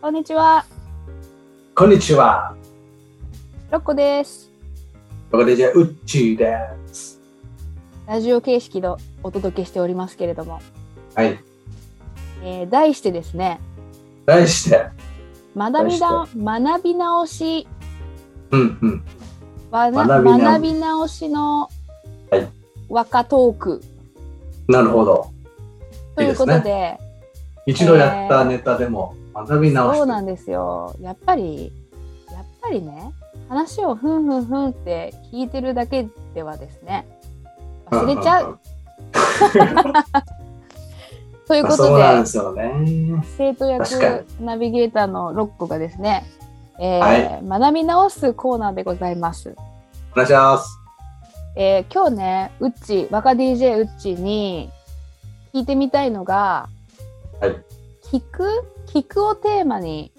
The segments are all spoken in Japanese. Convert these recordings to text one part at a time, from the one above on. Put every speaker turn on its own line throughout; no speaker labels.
こんにちは、
こんにちは。
ロッコです。
これでウッチーです。
ラジオ形式でお届けしておりますけれども、
はい。
えー題してですね、
題して、
学びだ学び直し
うんうん。
わな
学び
学び
直
直しの
はい
若トーク
なるほど。
ということで
いいで一度やったネタでも学び直して。
そうなんですよ。やっぱりやっぱりね、話をふんふんふんって聞いてるだけではですね、忘れちゃう。
んんん。
という
ま
こ
あそ
と
うなん
で
で、すよね。
生徒
確
役ナビゲーターのロッコがですね、えー学び直すコーナーでございます。
お願いします。
えー今日ね、うっち、若 DJ うっちに聞いてみたいのが、
はい
聞く聞くをテーマに、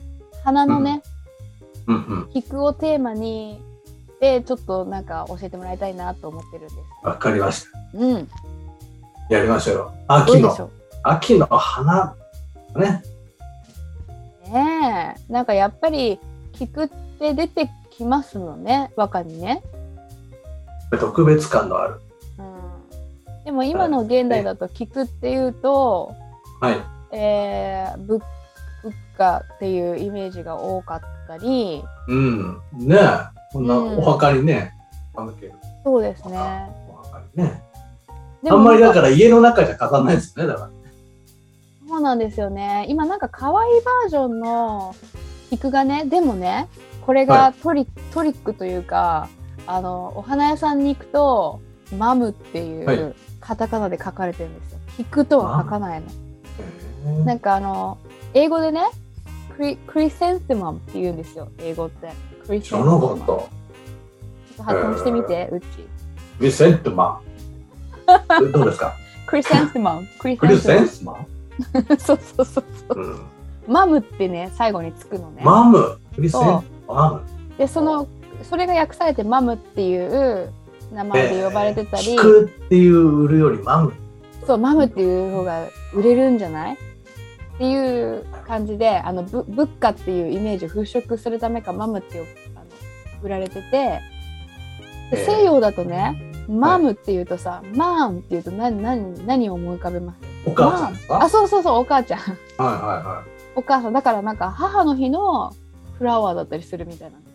花のね、
うんうん。
聞くをテーマに、で、ちょっとなんか教えてもらいたいなと思ってるんです。
わかりました。
うん、
やりましょうよ。
どう
秋
でし
の、
ょ
秋の花。ね。
う。ねえ、なんかやっぱり聞くって出てきますのね、若にね。
特別感のあ
う
る。
んでも今の現代だと聞くっていうと、
はい。
えー、仏仏家っていうイメージが多かったり
うん。ねえ。こんな
うん
お墓にね、あのける
そうです
お
ね
墓。お墓にね。
で
あ
も
んまりだから家の中じゃ飾らないですね。だから。
そうなんですよね今なんか可愛いバージョンの聞くがねでもねこれ
は
がトリ,、トリックというかあのお花屋さんに行くと「マム」ってい
は
う
い
カタカナで書かれてるんですよ。聞くとは書かないの。
へえ
なんかあの英語でねクリクリセンテマムって言うんですよ英語ってクリセンテ
知ら
マ
な
ム
かった。
ちょっと発音してみて、うっち
ビセントマ ン。えどうですか
クリセンテマムクリ
クリセ
セン
ン
テ
スマン、
マム そうそうそうそう
うん、
マムってね最後につくのね、
マムクリセン
そ
マ
でそのそれが訳されてマムっていう名
ム
前で呼ばれてたり、
えー聞くっていう売るよりマム
そうマムっていう方が売れるんじゃないっていう感じであのぶ仏家っていうイメージを払拭するためかマムっていうあの売られててで
ええ
西洋だとね、マムっていうとさ、マーンっていうと何何何を思い浮かべます
お母さんですか
マーンあそうそうそうお母ちゃん
はいは
お母さんだからなんか母の日のフラワーだったりするみたいなんで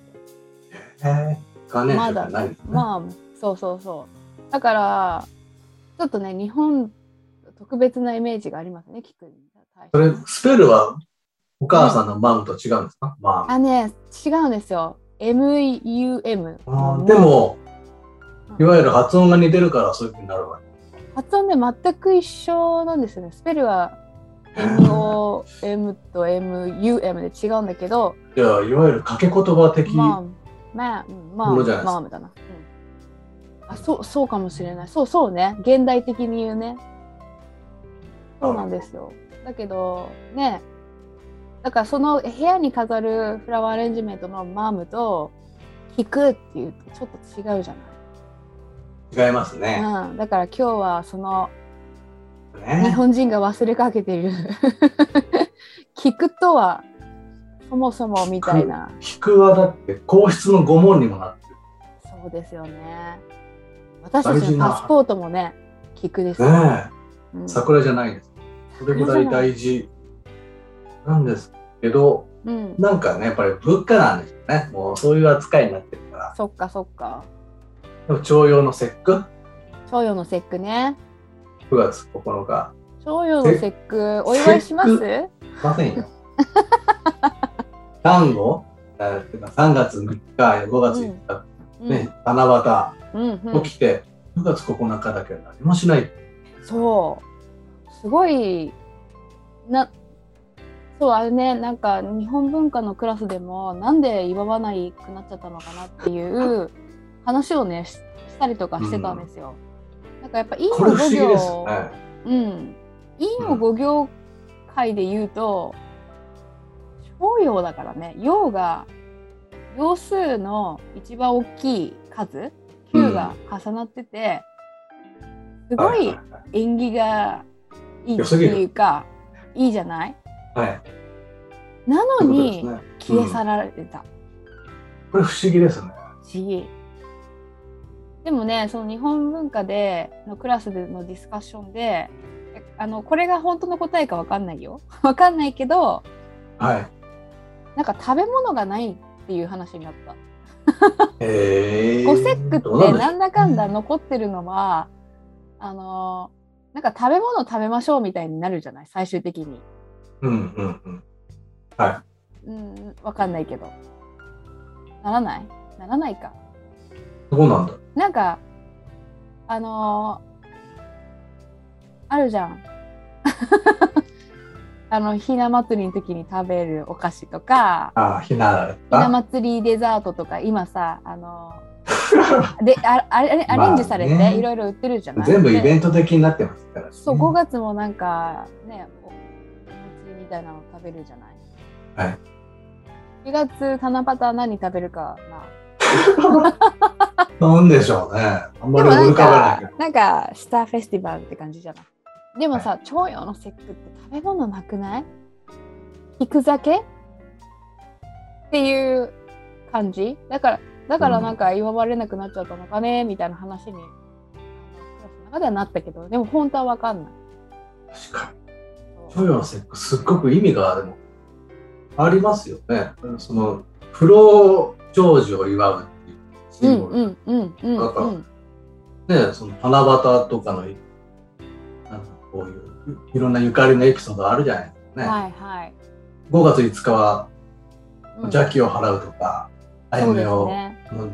すよ
いはいへえカーネーショ
ま
ンじ
だ
ゃないんですね、
まあそうそうそうだからちょっとね日本特別なイメージがありますね聞くに対して
それスペルはお母さんのマムと違うんですか、マム
あね違うんですよ MUM
あーでもいわゆる発音が似てるからそういうふうになるわけ
発音ね全く一緒なんですよねスペルは MOM と MUM で違うんだけど
いやいわゆる掛け言葉的、
まあまあうんまあ
ものじゃないですか
まあだな、うんあそうそうかもしれないそうそうね現代的に言うねそうなんですよ。だけどねだからその部屋に飾るフラワーアレンジメントのマームと聞くっていうとちょっと違うじゃ
違いますね,、
ない、うん、だから今日はその日
ね
本人が忘れかけている 聞くとはそもそもみたいな
聞くはだって皇室の御門にもなって
そうですよね私たちのパスポートもね聞くです
る
よ
ねえ
うん
桜じゃないです。それぐらい大事なんですけど、
うん、
なんかね、やっぱり物価なんですよね。もうそういう扱いになってるから。
そっかそっか
でも徴用の節句、
徴用の節句ね
9月9日、
徴用の節句お祝いします
節いませんよ。単語、えーてか3月3日、5月5日、
うん
ね、七
うんう
夕
ん
起、きて、9月9日だけど何もしない。
そうすごいなそうあれねなんか日本文化のクラスでもなんで祝わないくなっちゃったのかなっていう話をねししたりとかしてたんですよ。なんかやっぱ陰
これ
の
不
五
思議です
行、
よね。
うん陰の五行会で言うと商用だからね陽が陽数の一番大きい数9が重なってて、すご
はい
い縁起がいいっていうかいいじゃない
はいはい。
なの
ということです
に、
ね。
消え去られた。
これ不思議ですね。
不思議。でもね、その日本文化でのクラスでのディスカッションで、えあのこれが本当の答えかわかんないよ。 わかんないけど、
はい。
なんか食べ物がないっていう話になった。
えー、
ゴセック
どうな
っ
ん
て
でしょ
なんだかんだ残ってるのは、あのなんか食べ物食べましょうみたいになるじゃない最終的に。
ううんうんうん。
うん、わかんないけど。ならないならないか。
どうなんだ
なんか、あのあるじゃん。 あの、ひな祭りの時に食べるお菓子とか、
ああ、ひな
ひな
あ
祭りデザートとか、今さ、あの でああれアレンジされ
まあね
ていろいろ売ってるじゃない、
全部イ
で
ベント的になってますから、ね。
そう5月もなんかねお餅みたいなの食べるじゃない
はい
4月七夕は何食べるかな
なんでしょうね。あんま
でも
り
な
思い
ん
浮かばないけ
か
ど。
なんかスターフェスティバルって感じじゃないでもさ朝陽の節句って食べ物なくない行く酒っていう感じだからだからなんか祝われなくなっちゃったのかねみたいな話にあのクラスの中ではなったけどでも本当はわかんない
確かに。トヨのセックすっごく意味があるの。ありますよね。その、不老成就を祝うっていうシ
うん
ンボル。
うんうんうん
なんか
うん
ね、その七夕とかの、なんかこういう、いろんなゆかりのエピソードあるじゃないですかね。
はいはい。
5月5日は
うん
邪気を払うとか、あや
そう
め
です
を、
ね。
の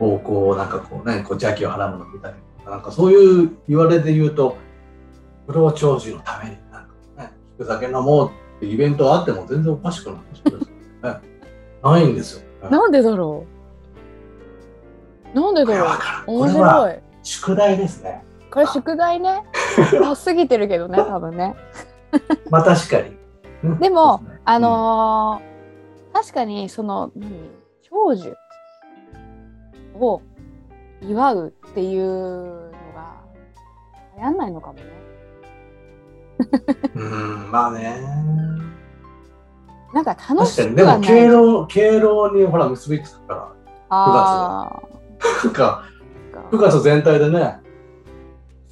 方向をなんかこうね、こう邪気を払うものみたいな、なんかそういう言われで言うと、不老長寿のために、なんかね、聞く酒飲もうってイベントあっても全然おかしくない。そうですよね ないんですよ、ね。
なんでだろう。なんで
これ
だろ
わ
う。
からん。こ
面
れは
白い。
宿題ですね。
これ宿題ね。 もう過ぎてるけどね、多分ね。
まあ確かに。うん
でも
そうすね
あのー確かにその何長寿を祝うっていうのが流行んないのかもね。
うん、まあね。
なんか楽
確
し
かに、
く
で
は
も
ない。
敬老、敬老にほら結びつくから、
あ
なんか
ー
9月全体でね、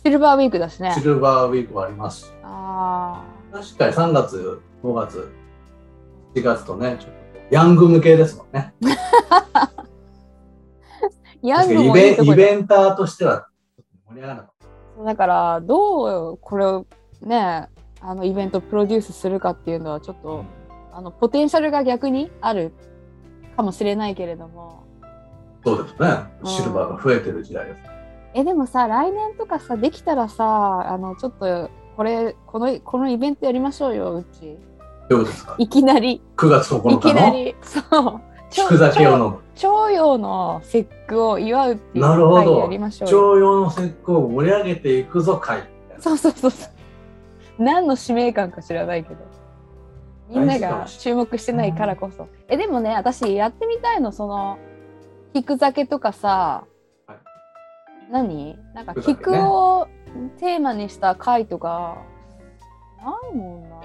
シルバーウィークだしね
シ。ルバーウィークはありますし、
あ
確かに3月、5月、7月とね、ちょっとヤング向けですもんね。
ーヤング
確かにイ
もいい
ベ
とこ
イ
だ
ベンターとしては盛り上がらなかっ。
だからどうこれをねあのイベントをプロデュースするかっていうのはちょったとあのポテンシャルが逆にあるかもしれないけれども
そうですね。シルバーが増えてる時代です。
えでもさ来年とかさできたらさあのちょっとこれこのこのイベントやりましょうようち
どういうことですか
いきなり
?9 月9
い
日
きな
の
り そう
祝酒を飲む。
徴用の節句を祝うっていう
なるほど
会やりましょうよ
徴用の節句を盛り上げていくぞ会みたいな。
そうそうそうそう何の使命感か知らないけどみんなが注目してないからこそえでもね私やってみたいのその引く酒とかさ、
はい
何なんか
菊
引
酒
く
ね
をテーマにした回とかないも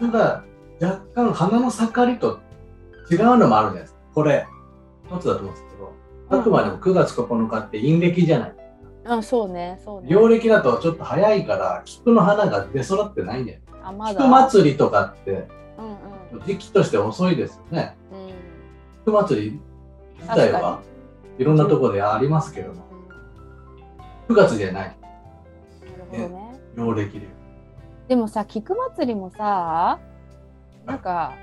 んな
ただ、若干花の盛りと違うのもあるじゃないですか。これ、一つだと思うんですけど、あくまでも9月9日って陰暦じゃない。
あそうねそうね
両暦だとちょっと早いから菊の花が出揃ってないんだよ、
あまだ
菊祭りとかって
うんうん
時期として遅いですよね
うん
菊祭り自体
確
は
か
いろんなところでありますけども9月じゃない
にうんなるほどね
両暦で
でもさ菊祭りもさなんか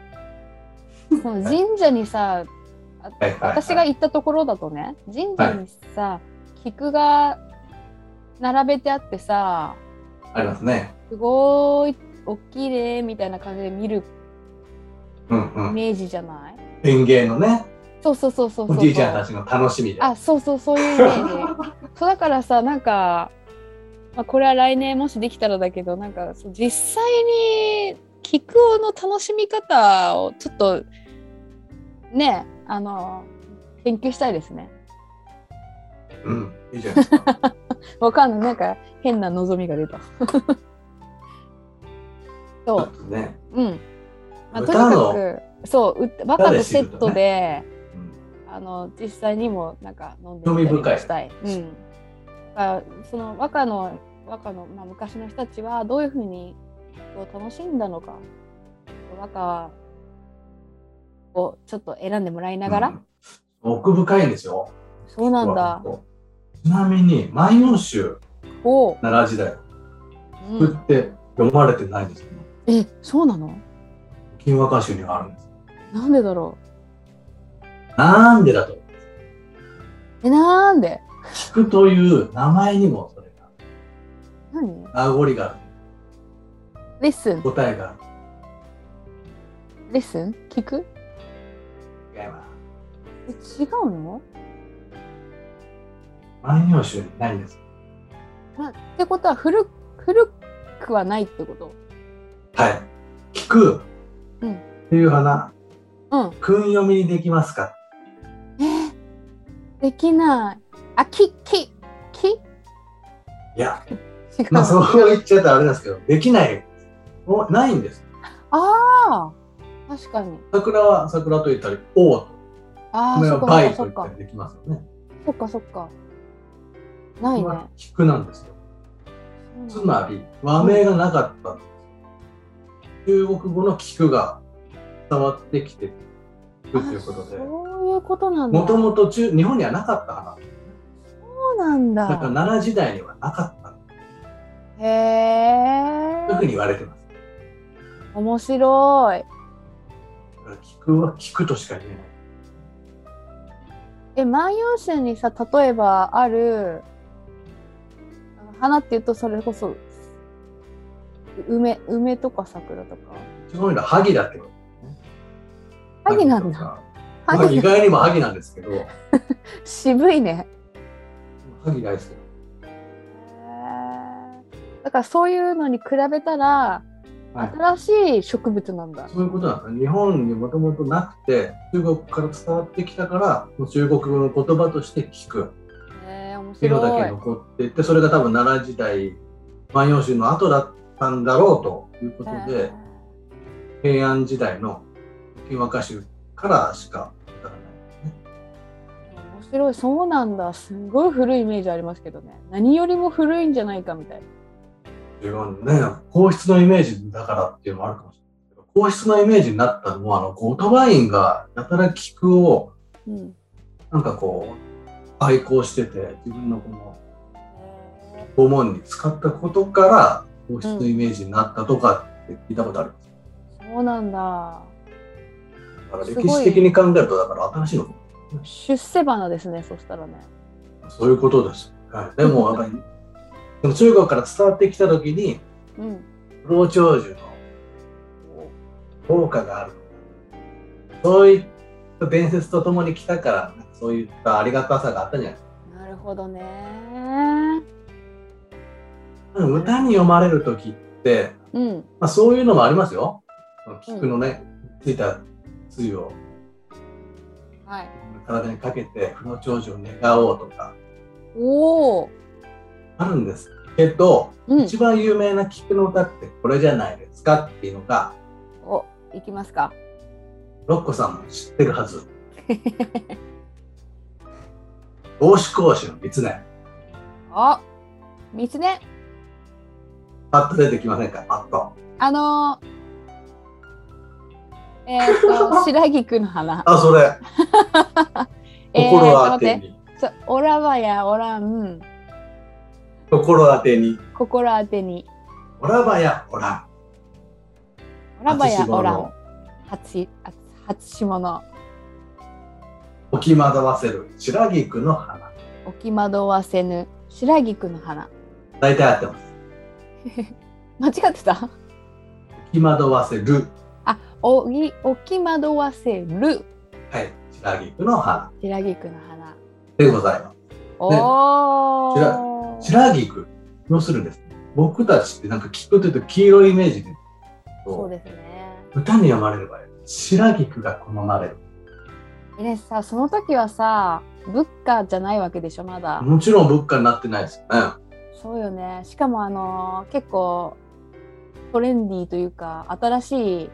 その神社にさ
はいはい、はい、
私が行ったところだとね神社にさ、菊が並べてあってさ
ありますね
すごい大きいねみたいな感じで見る
うん
イ
うん
メージじゃない、
園芸のね
そうそうそうそうそう
おじいちゃんたちの楽しみで
あそうそうそういうイメージそうだからさなんか、まあ、これは来年もしできたらだけどなんかそう実際に菊をの楽しみ方をちょっとねあの研究したいですね
うんいいじゃないですか
わかんない。なんか変な望みが出た。
ちょ
そ
っとね
う。うん。まあ、とに
歌う
か
の
くそううバカとセット
歌で知るんだ
で、
うん
あの実際にもなんか飲んでみたりもしたい。うん、だからその和歌の和歌の、まあ、昔の人たちはどういうふうにこう楽しんだのか和歌をちょっと選んでもらいながら、
うん奥深いんですよ。
そうなんだ。
ちなみに「万葉集
おう」
奈良時代
う
これ
ん、
って読まれてないんですけど
えそうなの
金和歌集にはあるんです。
なんでだろ
なんでだと
うえなんで
菊という名前にもそれが
何
名残があ
レッスン
る答えがあ
レッスン聞く
る。違います。
え違うの
万葉集にないんです。
なってことは古古くはないってこと
はい。菊
うん
っていう花、
うん
訓読みにできますか
えーできない。あ、き、き、き違
いや、
う。
まあそう言っちゃったらあれなんですけど、できない。おないんです。
あー確かに。
桜は桜と言ったり、王と、
あ
梅
あ、そっ
は
か
梅
そ
と
っ
言った
か
りできますよね。
そっかそっか。ないね。
まあ菊なんですよ。つまり和名がなかったんですよ。中国語の菊が伝わってきて
あ
るということで、
そういうことなんだ。
もともと中日本にはなかった花。
そうなんだ。
だから奈良時代にはなかった
へ
というふう
え。
に言われてます。
面白い。
だから菊は菊としか言えない。
え、万葉集にさ、例えばある、あの花っていうとそれこそ、梅、梅とか桜とか。
すごいのは萩だってこと
萩なん
と
だ。
かまあ
萩
意外にも萩なんですけど、
渋いね。
萩大好きです
だからそういうのに比べたら、
はい
新しい植物なんだ。
そういうことなんですね。日本にもともとなくて、中国から伝わってきたから、もう中国語の言葉として菊。
えー、面
っていうのだ
白
け
い。
残っていってそれが多分奈良時代万葉集の後だったんだろうということで、平安時代の金和歌集からしか歌わない
えー面白い、そうなんだ。すごい古いイメージありますけどね。何よりも古いんじゃないかみたいな。
自分ね皇室のイメージだからっていうのもあるかもしれないけど皇室のイメージになったのはあの後鳥羽院がやたら菊を
うん
なんかこう愛好してて自分のこの訪問に使ったことから皇室のイメージになったとかって聞いたことあります。
そうなんだ。
だから
す
歴
ごい
史的に考えるとだから新しいのかも
出世花ですね、そしたらね。
そういうことです。はい、でも、やっぱり、でも中国から伝わってきたときに、
うん。
不老長寿のこう効果がある。そういった伝説とともに来たから、なんかそういったありがたさがあったんじゃないです
なるほどね。
か。歌に読まれるときって、
うん。
まあ、そういうのもありますよ。菊のね、ついたつゆを
はい。
体にかけて、不老長寿を願おうとか、
おお。
あるんですけど、
うん
一。番有名な菊の歌ってこれじゃないですかっていうのが、
お、いきますか。
ロッコさんも知ってるはず。帽子講師の三つね。
あ。三つね。
パッと出てきませんかパッと。
あのー、えっ、 と、白菊の花。
あ、それ。心
え
当
ー
て
ちょっと待って
に。
そうおらばやおらん、
心当てに。
心当てに。
おらばや、おら。
おらばやおらん初、
初霜の。
あ初霜の。
おきまどわせる白菊の花。
おきまどわせぬ、白菊の花。
大体合ってます。
間違ってた
おきまどわせる。
おぎ、おきまどわせる、
はい。白菊の花
白菊の花。
でございま
おー。
す。白菊。要するにですね。僕たちってなんか菊というと黄色いイメージで。
そうですね。
歌に読まれれば白菊が好まれる。
えねさ、その時はさ、仏家じゃないわけでしょ、まだ。
もちろん物価になってないですよね。
そうよね。しかもあの結構トレンディーというか新しい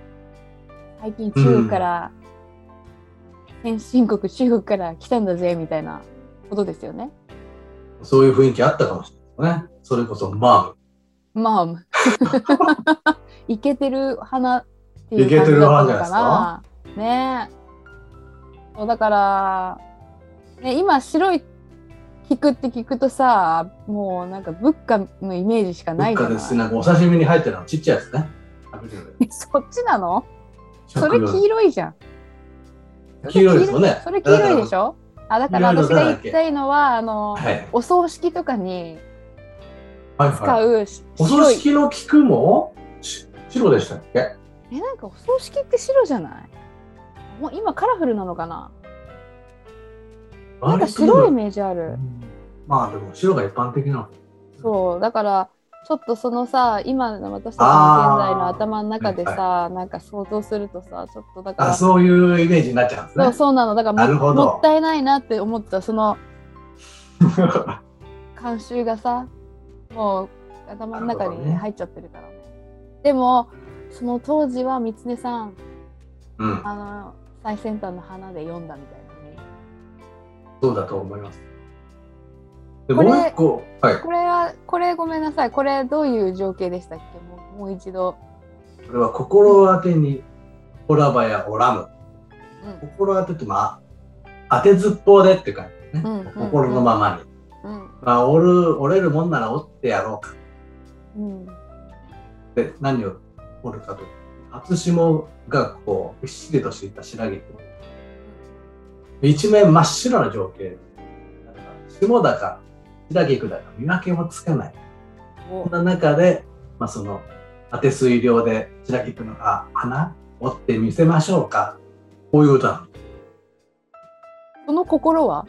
最近中国から、先進国中国から来たんだぜみたいなことですよね。
そういう雰囲気あったかもしれないですね。それこそマ
まあ、 イケてる花ってい
イ
う
ケ
感
て
じ
る
だ
花
っ
じ
たの
ゃないで
かな。
すか
ねえ。そうだから、ね、今白い菊って聞くとさ、もうなんか仏家のイメージしか
ム。
な
ないん
じゃ
か
ない
ですね、なんかお刺身に入ってるのちっちゃいやつね。食べるよね
そっちなのそ
食
れ
用
黄色いじゃん。
黄色いですよね。
それ黄色いでし
ょ
ょあだから
黄色い
私
のどれ
が
だ
言
っ
い
け
たいのは、あの、
はい。
お葬式とかに
はいはい。
使うし
お葬
白い。
式の菊もし白でしたっけ
え、なんかお葬式って白じゃないもう今カラフルなのかななんか白いイメージあ
う
る。
んまあでも白が一般的なの。
そう、だから、ちょっとそのさ、今の私たちの現在の
あー
頭の中でさ、なんか想像するとさ、ちょっとだか
あ、
ら、そ
そういうイメージになっちゃうんですね
う。そうなの、だか
な
ら
る
も
ほど
もったいないなって思った、その慣習がさ、もう頭の中
なるほど
に
ね
入っちゃってるからね。でも、その当時は光音さん、
うん、
あの、最先端の花で読んだみたいなね。
そうだと思います。で
こ
も
れ
う一個、はい、
これは、これごめんなさい。これどういう情景でしたっけもうもう一度。
これは心当てに、オラバやオラム。
うん
心当てって、まあ、当てずっぽうでって感じね。
うんうん
心のままに。
うん。
まあ、折る、折れるもんなら折ってやろうか
うん。
って、何を折るかというと、初霜がこう、びっしりとしていた白菊。一面真っ白な情景。だから霜だか、白菊だか見分けもつかない。そんな中で、まあ、その当て水量で白菊のあ花折ってみせましょうかこういう歌なの
その心は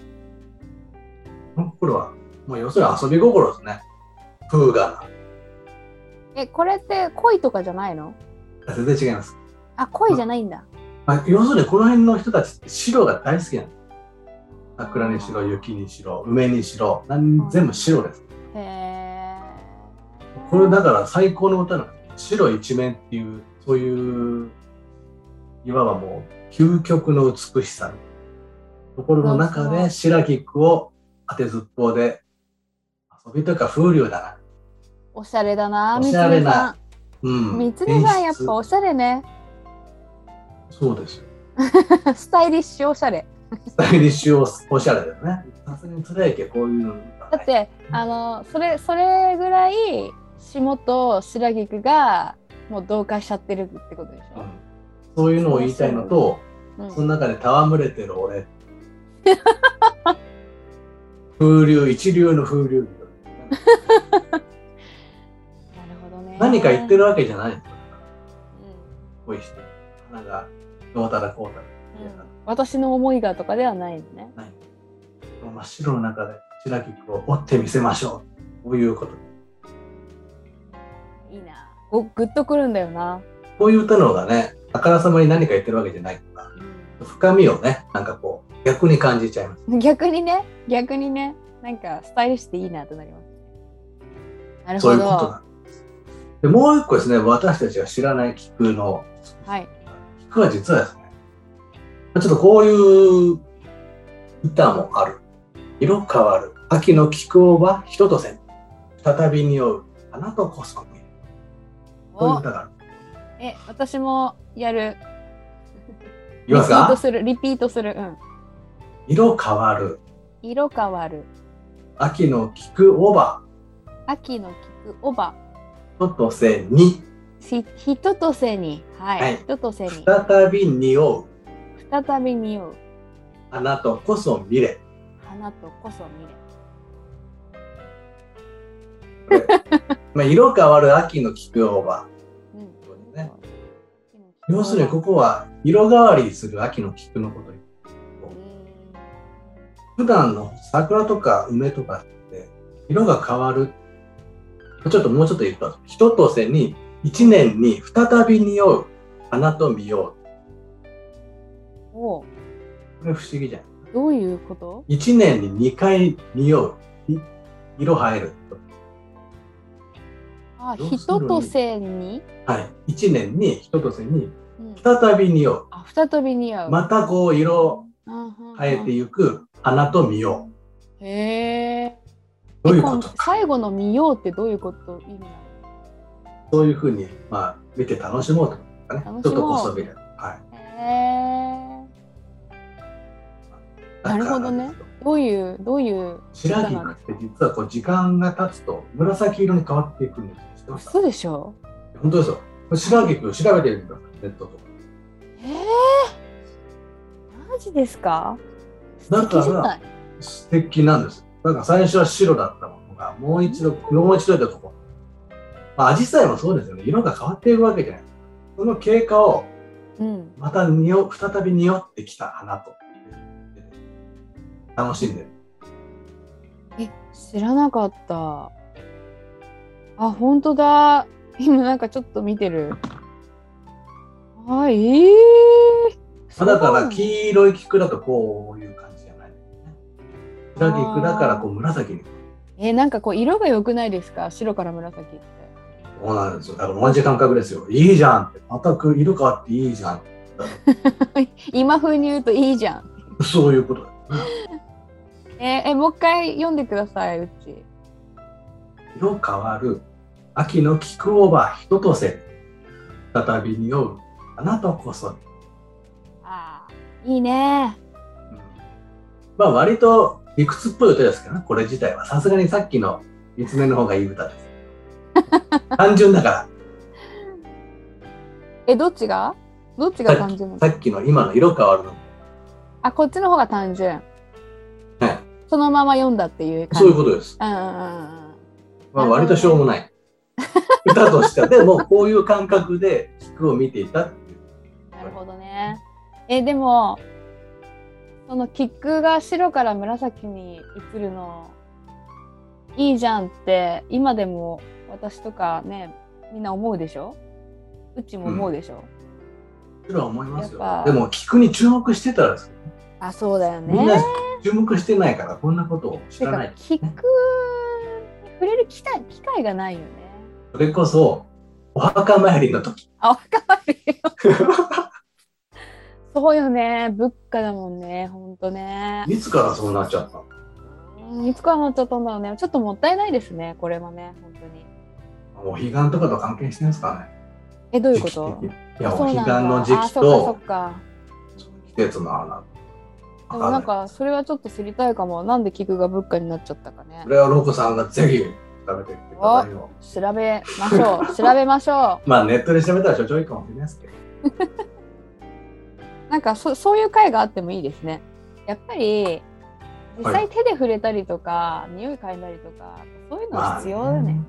この頃はもう要するに遊び心ですね風雅
え、これって恋とかじゃないの
な全然違います、
あ、恋じゃないんだ。
まあ、要するにこの辺の人たちって白が大好きなの桜にしろ雪にしろ梅にしろなん全部白です
へえ。
これだから最高の歌なの白一面っていうそういういわばもう究極の美しさところの中
そうそ
で
う
白菊を当てずっぽうで遊びとか風流だな
おしゃれだな、
お
みつ
し
ね
ゃれ
さ。
なんうん
みつねさん、や
演
っ
出
ぱおしゃれね。
そうですよ
スタイリッシュおしゃれ。
スタイリッシュおおしゃれだよねさすがに貫けこういうの
だって、あの、それ、それぐらい、霜と白菊が、もう同化しちゃってるってことでし
う
ょ
ん。そういうのを言いたいのと
うん
その中で戯れてる 俺風流一流の風流
なるほどね。
何か言って
る。
るわけじゃない恋して花がどうたらこうたら
うんうん私の思いがとかではないのね。
真っ白の中で白菊を折ってみせましょうこういうこと
いいな。ごグッとくるんだよな。
こういう歌の方がねあからさまに何か言ってるわけじゃないから深みをねなんかこう逆に感じちゃいます
逆にね逆にねなんかスタイリッシュでいいなとなりますなる
そう
ほ
いう
ど
ことなんですでもう一個ですね私たちが知らない菊の
はい
菊は実はですねちょっとこういう歌もある色変わる秋の菊をは人とせん再び匂う花とコスコミこういう
お
歌がある
え私もやる
いきま
リ
す
ピート
か
するリピートするうん
色変わる
色変わる
秋の菊おば
秋の菊おば
ととせに
ひ人とせにはい、
はい
人とせに
再び匂う
再び匂う
花とこそ見れ
花とこそ見れ
まあ色変わる秋の菊おば
うん
ね
秋の菊おば
要するにここは色変わりする秋の菊のこと
うん
普段の桜とか梅とかって色が変わるちょっともうちょっと言ったと一とせに一年に再び匂う花と見よう
おう
これ不思議じゃん
どういうこと
一年に二回匂うい色入る
あ
要するに
人とせに
はい、1年に1年に
うん、
再び匂う。
あ再び似合う。
またこう色変えて
い
いく花と見よ
く。へえ。
う。どういうこと
え最後の見ようってどういうこと意味なの
そういうふうに、まあ、見て楽しもうとかね。
楽し
ちょ
もう
っとこそびれ。は
へ
い。
なるほどね
だから
え。どういうどういう
白菊って実はこう時間が経つと紫色に変わっていくんです。知ってました
嘘でしょ。
本当ですよ。これ白菊調べてみてください。ネットとか。
ええ。マジですか。
だから
素敵じゃない
素敵なんです。なんか最初は白だったものが、もう一度、もう一度でここ。まあ、紫陽花もそうですよね。色が変わっていくわけじゃない。その経過を、
うん。
またにお再び匂ってきた花と。楽しんでる。
え知らなかった。あ本当だ。今なんかちょっと見てる。あええ
まあだから、黄色い菊だとこういう感じじゃない。白菊だからこう紫に。
えなんかこう色が良くないですか白から紫って。
そうなんですよ。だから同じ感覚ですよ。いいじゃんって。また色変わっていいじゃん。
今風に言うといいじゃん。
そういうことだ。
えーえもう一回読んでくださいうち。
色変わる秋の菊をば人とせ再び匂う花とこそ、
あーいいね。
まあ割と理屈っぽい歌ですけどねこれ自体はさすがにさっきの「三つ目の方がいい歌です単純だか
えどっちがどっちが単純なの
らさっきの今の色変わるの
あこっちの方が単純。
はい
そのまま読んだっていう感
そう
じ。
いうことです、
うんうんうんうん。
まあ、割としょうもない歌としてはでもこういう感覚で菊を見ていたっていう
なるほどね。えでもそのキックが白から紫に移るのいいじゃんって今でも私とかねみんな思うでしょうちも思うでしょ、
それは思いますよ
やっぱ
でも菊に注目してたらですよ
あそうだよね。
みんな注目してないからこんなことを知
て
らな
か
い
キックに触れる機会機会がないよね。
それこそお墓参りの時
あかわいいよ。 そうよね物価だもんねほんとね。
いつからそうなっちゃったの
うんいつからなっちゃったんだろうねちょっともったいないですねこれはね本当に。
お彼岸とかと関係してるんですかね
えどういうこと
時期的にいや
あ
お
そう
彼
なん
岸
だ
の時期
あそっ
と
かそっか
季節の花
でもなん
わかんない
かそれはちょっと知りたいかもなんで菊が物価になっちゃったかね
それはロコさんがぜひ食べてみてくださいよ
調べましょ う調べましょ
まあネットで調べたら所長いいかもしれないですけど
うなんかそそういう会があってもいいですねやっぱり実際手で触れたりとか、匂い嗅いだりとかそういうの
ま
は
あ
必要だね,、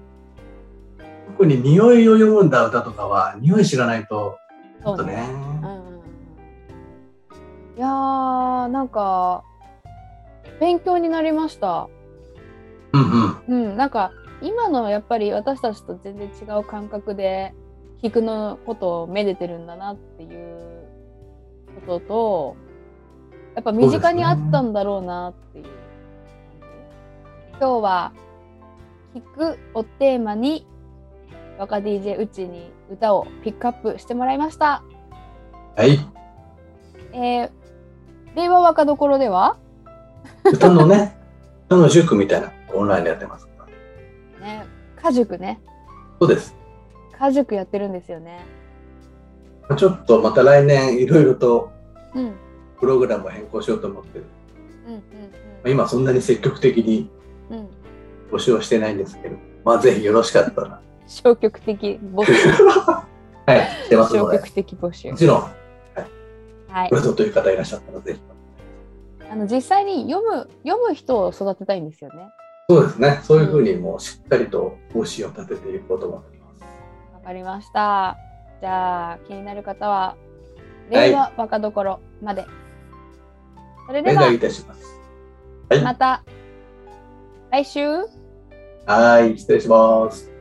特に匂いを読んだ歌とかは匂い知らないとちょ
そ
っ
う
とね
うんうんうんうんいやーなんか勉強になりました
うんうん
うん、なんか今のやっぱり私たちと全然違う感覚で菊のことをめでてるんだなっていうこととやっぱ身近にあったんだろうなっていう感じ今日は「菊」をテーマに若 DJ うちに歌をピックアップしてもらいました。
はい
えー、令和若どころでは
歌のね歌の塾みたいなオンラインでやってますから
ね家塾ね
そうです
家塾やってるんですよね。
ちょっとまた来年いろいろと
うん、うん
プログラムを変更しようと思ってる
うん
まあ今そんなに積極的に
うんうん
募集をしてないんですけど、まあ、ぜひよろしかったら、
消極 的募集
はい、してます
消
ので、
極的募集
もちろん、
はい
これぞという方いらっしゃったら、ぜひ。
あの実際に読む読む人を育てたいんですよね
そうですね、そういうふうにもうしっかりと方針を立てていこうと思ってます。
わかりましたじゃあ気になる方は
はい
令和若どころまで、それで
お願い
はい
たします。
また来週
はい、失礼します。